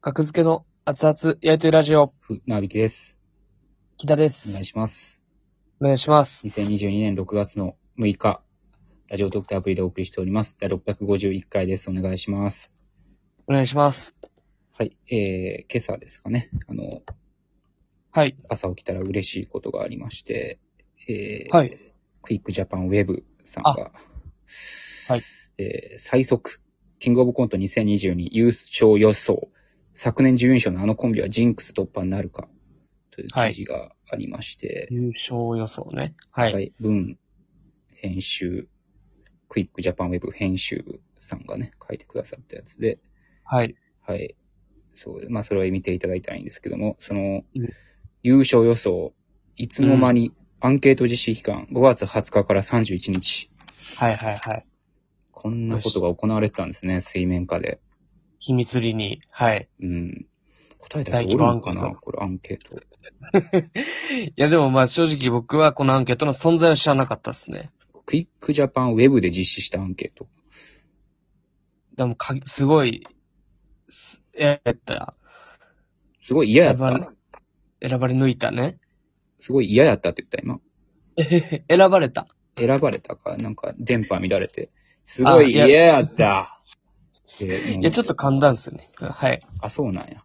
格付けの熱々やりとりラジオ、ふ、なびきです。木田でお願すい。します。お願いします。 2022年6月の6日、ラジオドクターアプリでお送りしております。第651回です。お願いします。お願いします。はい、えー、今朝ですかね。あの、はい。朝起きたら嬉しいことがありまして、えー、はい。クイックジャパンウェブさんが、はい。えー、最速、キングオブコント2022優勝予想、昨年準優勝のあのコンビはジンクス突破になるか、という記事がありまして、優勝予想ね。はい。い。文、編集、クイックジャパンウェブ編集部さんがね、書いてくださったやつで、はい。はい。そう、まあ、それを見ていただいたらいいんですけども、そのうん、優勝予想、いつの間に、アンケート実施期間、5月20日から31日。はいはいはい。こんなことが行われてたんですね、水面下で。秘密裏に、はい。 うん。答えた人おるのか大規模アンケーなトこれアンケート。いやでもまあ正直僕はこのアンケートの存在を知らなかったですね。クイックジャパンウェブで実施したアンケート。でもか、すごい、すえやった。すごい嫌やっ選ばれた。選ばれ抜いたね。すごい嫌やったって言った、今。選ばれた。選ばれたか、なんか電波乱れて、すごいあ嫌いやった。いいや、ちょっと簡単ですよね。はい。あ、そうなんや。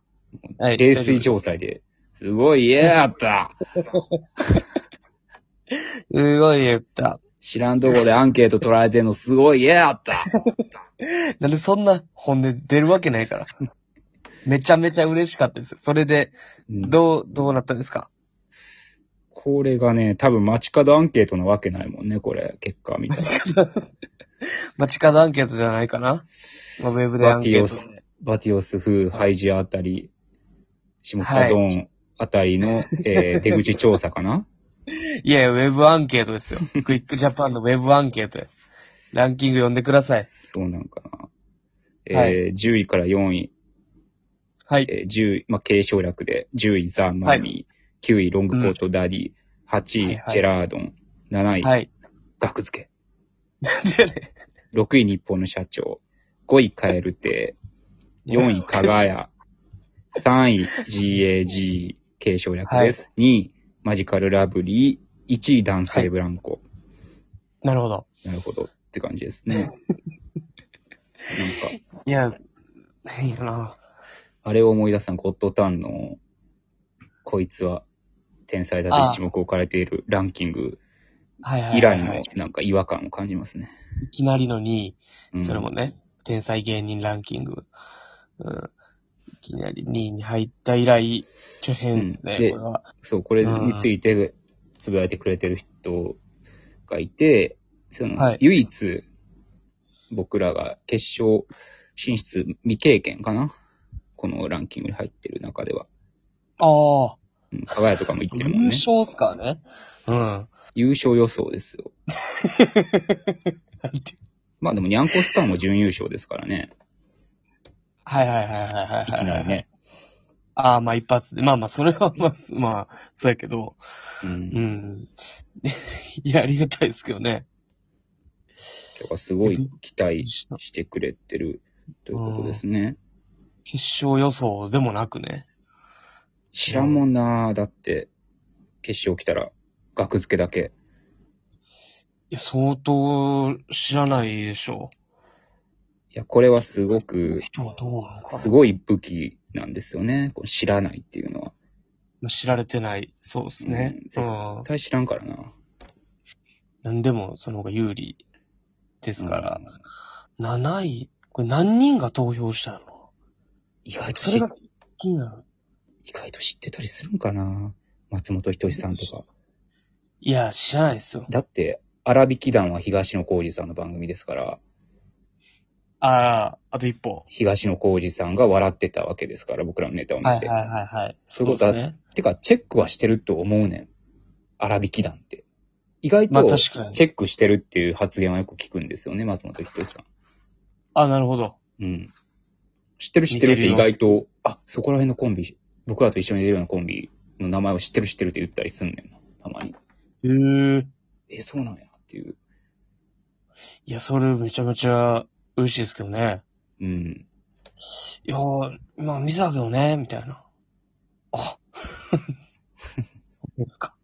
はい泥酔状態で、すごい嫌やった。すごい言った。知らんとこでアンケート取られてんのすごい嫌やった。なんでそんな本音出るわけないから。めちゃめちゃ嬉しかったです。それで、うんどう、どうなったんですかこれがね、多分街角アンケートなわけないもんね、これ、結果みたいな。街角アンケートじゃないかなまあウェブでアンバテケィオートス。、バティオス風ハイジアあたり、下北ドンあたりの、えー出口調査かないやいや、ウェブアンケート ですよ。クイックジャパンのウェブアンケートやランキング読んでください。そうなんかな。えーはい10位から4位、はい。えー10位、まあ、継承略で、10位ザ・マミー、9位ロングコートダディ、8位、はいはいジェラードン、7位、はい。ガク付でねけ、6位日本の社長、5位カエルテ、4位加賀屋、3位 GAG 継承略です、2位マジカルラブリー、1位男性ブランコ。なるほど。なるほどって感 じですね。なんか、いや、いいよな。あれを思い出したのゴッドタンの、こいつは天才だと一目置かれているランキングはいはい以はい来はい、のなんか違和感を感じますね。いきなりの2うん位。それもね、天才芸人ランキング。うん。いきなり2位に入った以来、ちょ変ですね、うんでこれは。そう、これについてつぶやいてくれてる人がいて、その、はい唯一僕らが決勝進出未経験かなこのランキングに入ってる中では。ああ。うん、加賀谷とかも言ってるもん優ね。勝っすからね。うん。優勝予想です よ。まあでも、ニャンコスターも準優勝ですからね。はいはいはいはいはい。いきなり。ね。ああ、まあ一発で。まあまあ、それはまあ、すまあ、そうやけど。う。うんん。 いや、ありがたいですけどね。だからすごい期待してくれてるということですね。決勝予想でもなくね。知らんもんなだって、決勝来たら、額付けだけ。いや、相当知らないでしょいや、これはすごう。く、人はどうなのかすごい武器なんですよね。この知らないっていうのは。な。知られてない。そうですねうん。う絶ん絶。対知らんからな。何でもその方が有利ですからう。ん。 7位、これ何人が投票したの意外とそ知れっが気になる。意外と知ってたりするんかな松本人志さんとか。いや、知らないですよ。だって、荒引き団は東野幸治さんの番組ですから、ああ、あと一歩。東野幸治さんが笑ってたわけですから、僕らのネタを見て。はいはいはいはい。そういうことはですね。てか、チェックはしてると思うねん。荒引き団って。意外まあと、確かに。チェックしてるっていう発言はよく聞くんですよね、松本人志さん。あ、なるほど。うん。知ってる知ってるって意外と、あ、そこら辺のコンビ、僕らと一緒に出るようなコンビの名前を知ってる知ってるって言ったりすんねんな、たまに。へえ。え、そうなんやっていう。いや、それめちゃめちゃ嬉しいですけどね。うん。いやー、まあ見てたけどね、みたいな。あ、 ですか。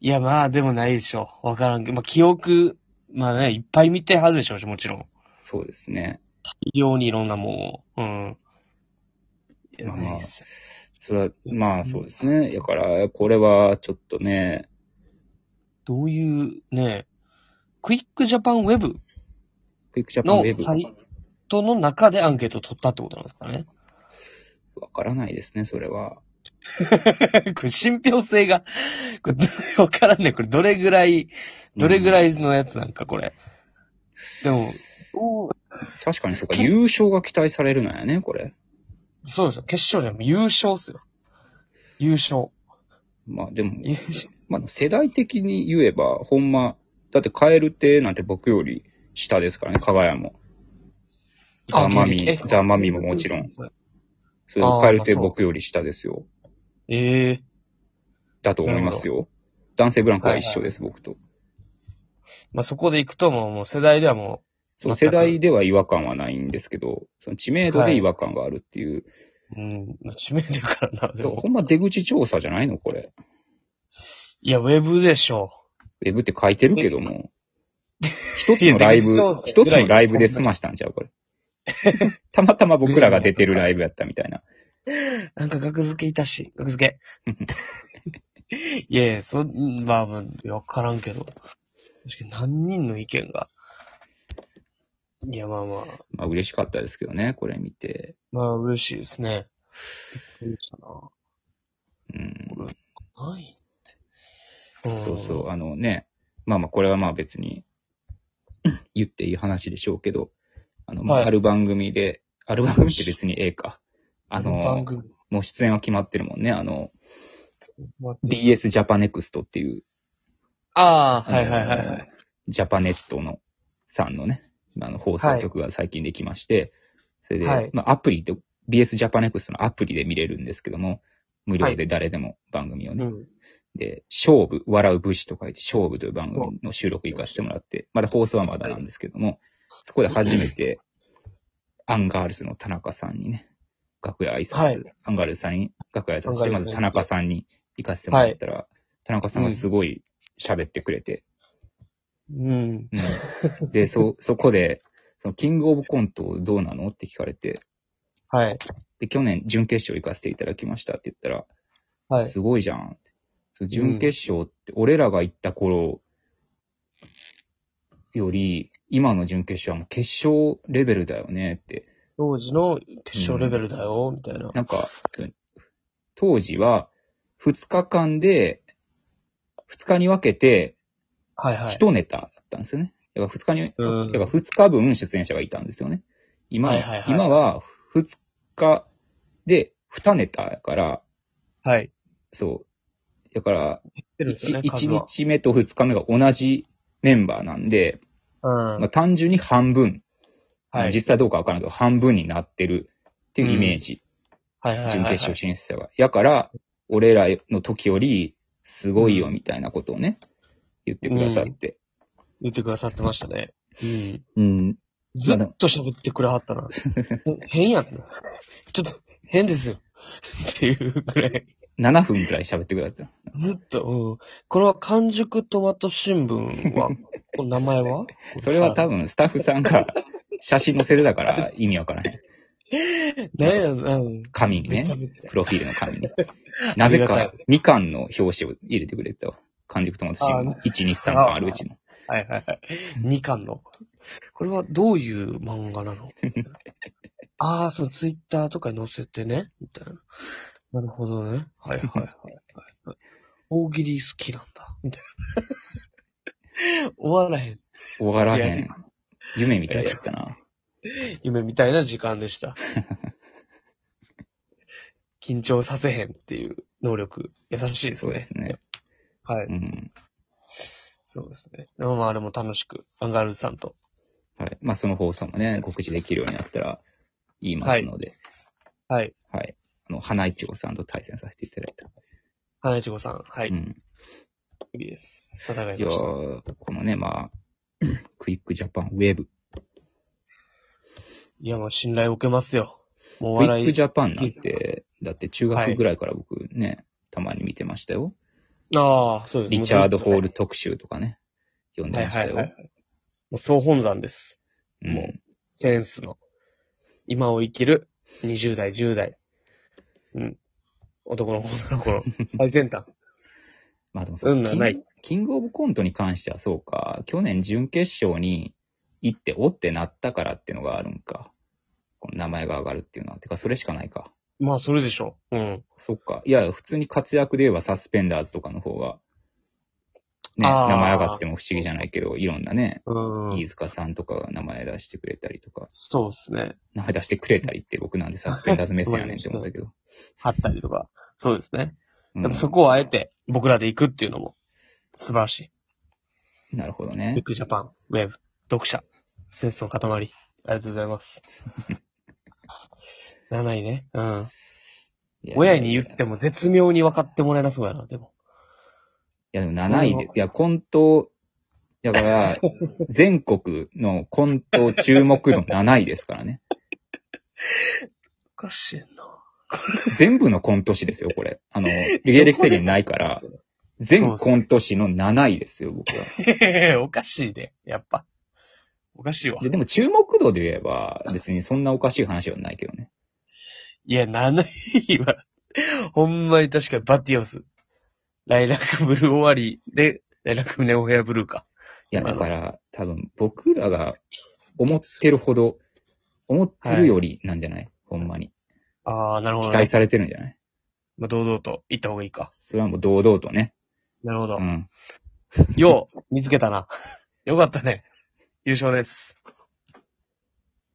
いや、まあでもないでしょ。わからんけど、まあ記憶、まあね、いっぱい見てはるでしょうし、もちろん。そうですね。非常にいろんなもんを。うん。いやまあまあないっすそれは、まあそうですね。だから、これはちょっとね、どういう、ね、クイックジャパンウェブクイックジャパンウのェサイブ、トの中でアンケートを取ったってことなんですかね。わからないですね、それは。 これ信憑性が、これ、わからんね。これどれぐらい、どれぐらい、いのやつなんか、これ。でも、確かにそうか、優勝が期待されるのやね、これ。そうですよ。決勝じゃなく優勝っすよ。優勝。まあでも、優勝。まあ世代的に言えば、ほんま、だってカエル亭なんて僕より下ですからね、加賀谷も。ザ・マミえィ、ザ・マミィももちろん。そうそれあーカエル亭まあそう僕より下ですよ。ええだと思いますよ。男性ブランコは一緒です、僕と。まあ、そこで行くともう、もう世代ではもそう、全世く代では違和感はないんですけど、その知名度で違和感があるっていう。う、うん、まあ知名度やからな、でだからも。ほんま出口調査じゃないのこれ。いや、ウェブでしょウェブって書いてるけども。一ついやのライブ出口調査、一つのライブで済ましたんちゃうこれ。たまたま僕らが出てるライブやったみたいな。う。なんか、学付けいたし、学付け。いやいや、そ、まあ、まあ、わからんけど。確かに何人の意見が。いや、まあまあ、まあ嬉しかったですけどね、これ見て。まあ、嬉しいですね。びっくりしたな。うん。ないって。うんそうそう、あのね、まあまあこれはまあ別に言っていい話でしょうけど、あの、まはあいある番組で、ある番組って別にええか。あ番の、組もう出演は決まってるもんね、あの、は BS ジャパネクストっていう、ああ、はいはいはいあはのい。ジャパネットの、さんのね、あの、放送局が最近できまして、それで、はいまあアプリで、BS ジャパネクストのアプリで見れるんですけども、無料で誰でも番組をね、うんで、勝負、笑う武士と書いて、勝負という番組の収録行かせてもらって、まだ放送はまだなんですけども、そこで初めて、アンガールズの田中さんにね、楽屋挨拶、はいアンガールズさんに楽屋挨拶しアンガールズて、まず田中さんに行かせてもらったら、田中さんがすごい喋ってくれて、うん。うん で、そ、そこで、そのキングオブコントどうなのって聞かれて、はい。で、去年準決勝行かせていただきましたって言ったら、はい。すごいじゃん。そう準決勝って、俺らが行った頃より、今の準決勝はもう決勝レベルだよねって。当時の決勝レベルだよ、みたいな。なんか、そう当時は2日間で、2日に分けてはいはい。 1ネタだったんですよね。だから2日に、うんだから2日分出演者がいたんですよね。今、はいはいはい今は2日で2ネタやから、はい。そう。だから、出るんですよね、数1は。日目と2日目が同じメンバーなんで、うんまあ、。単純に半分、はい。実際どうかわからんけど、半分になってるっていうイメージ、はいはいはい準はい。決勝進出者が。やから、俺らの時よりすごいよみたいなことをね、言ってくださって。言ってくださってましたね。うん。うん。ずっと喋ってくれはったな。変やん。ちょっと、変ですよ。っていうぐらい。 7分くらい喋ってくださった。ずっと、うん。これは完熟トマト新聞は、この名前 はそれは多分。分スタッフさんが写真載せるだから意味わからない。何や、うん。紙にめちゃね。めちゃ。プロフィールの紙に。なぜありがかた、みかんの表紙を入れてくれたわ。完熟友達チームの。1、2、3巻あるうちの。はいはいはい。2巻の。これはどういう漫画な のああ、そのツイッターとかに載せてね、みたいな。なるほどね。はいはいはいはい。大喜利好きなんだ、みたいな。終わらへん終わらへいやん。夢みたいだったな。夢みたいな時間で した。緊張させへんっていう能力、優しいですそうでね。すね。はい。うん。そうですね。でもまあ、あれも楽しく、アンガールズさんと。はい。まあ、その放送もね、告知できるようになったら言いますので、はい。はい。あの、花いちごさんと対戦させていただいた。花いちごさん、はい。うん。いいです。戦いいやました。 ーこのね、まあ、クイックジャパンウェブ。いや、まあ、信頼を受けますよ。もうクイックジャパンなんて、だって中学ぐらいから僕ね、たまに見てましたよ。ああ、そうです。リチャード・ホール。ル特集とかね、読んはでいましはいたよ。はい。もう総本山です。うんもセンスの。今を生きる20代、10代。うん。男の子、女の 子の最先端。まあでもそう運がキンないキングオブコントに関してはそうか、去年準決勝に行っておってなったからっていうのがあるんか。この名前が上がるっていうのは。てか、それしかないか。まあ、それでしょう。うん。そっか。いや、普通に活躍で言えばサスペンダーズとかの方が、ね、あー名前上がっても不思議じゃないけど、いろんなね、う飯ん。塚さんとかが名前出してくれたりとか、そうですね。名前出してくれたりって僕なんでサスペンダーズ目線やねんって思ったけど。あったりとか。そうですね。うん でもそこをあえて僕らで行くっていうのも素晴らしい。 なるほどビッね。グジャパン、ウェブ、読者、センスの塊。ありがとうございます。7位ね。うん。いや親に言っても絶妙に分かってもらえなそうやな、でも。いや、でも7位で、いや、コント、だ から、全国のコント注目度7位ですからね。おかしいな。全部のコント師ですよ、これ。あ の、履歴制限ないから、全コント師の7位ですよ、僕 は。おかしいで、やっぱ。おかしいわ。ででも注目度で言えば、別にそんなおかしい話はないけどね。いや、7位は、 ほんまに確かにバティオス。ライラックブルー終わりで、ライラックネオヘアブルーか。いや、だから、多分僕らが思ってるほど、思ってるよりなんじゃない、ほんまに。ああ、なるほ期ど、待ね。されてるんじゃないまあ、堂々と行った方がいいか。それはもう堂々とね。なるほどう。ん。よう、見つけたな。よかったね。優勝です。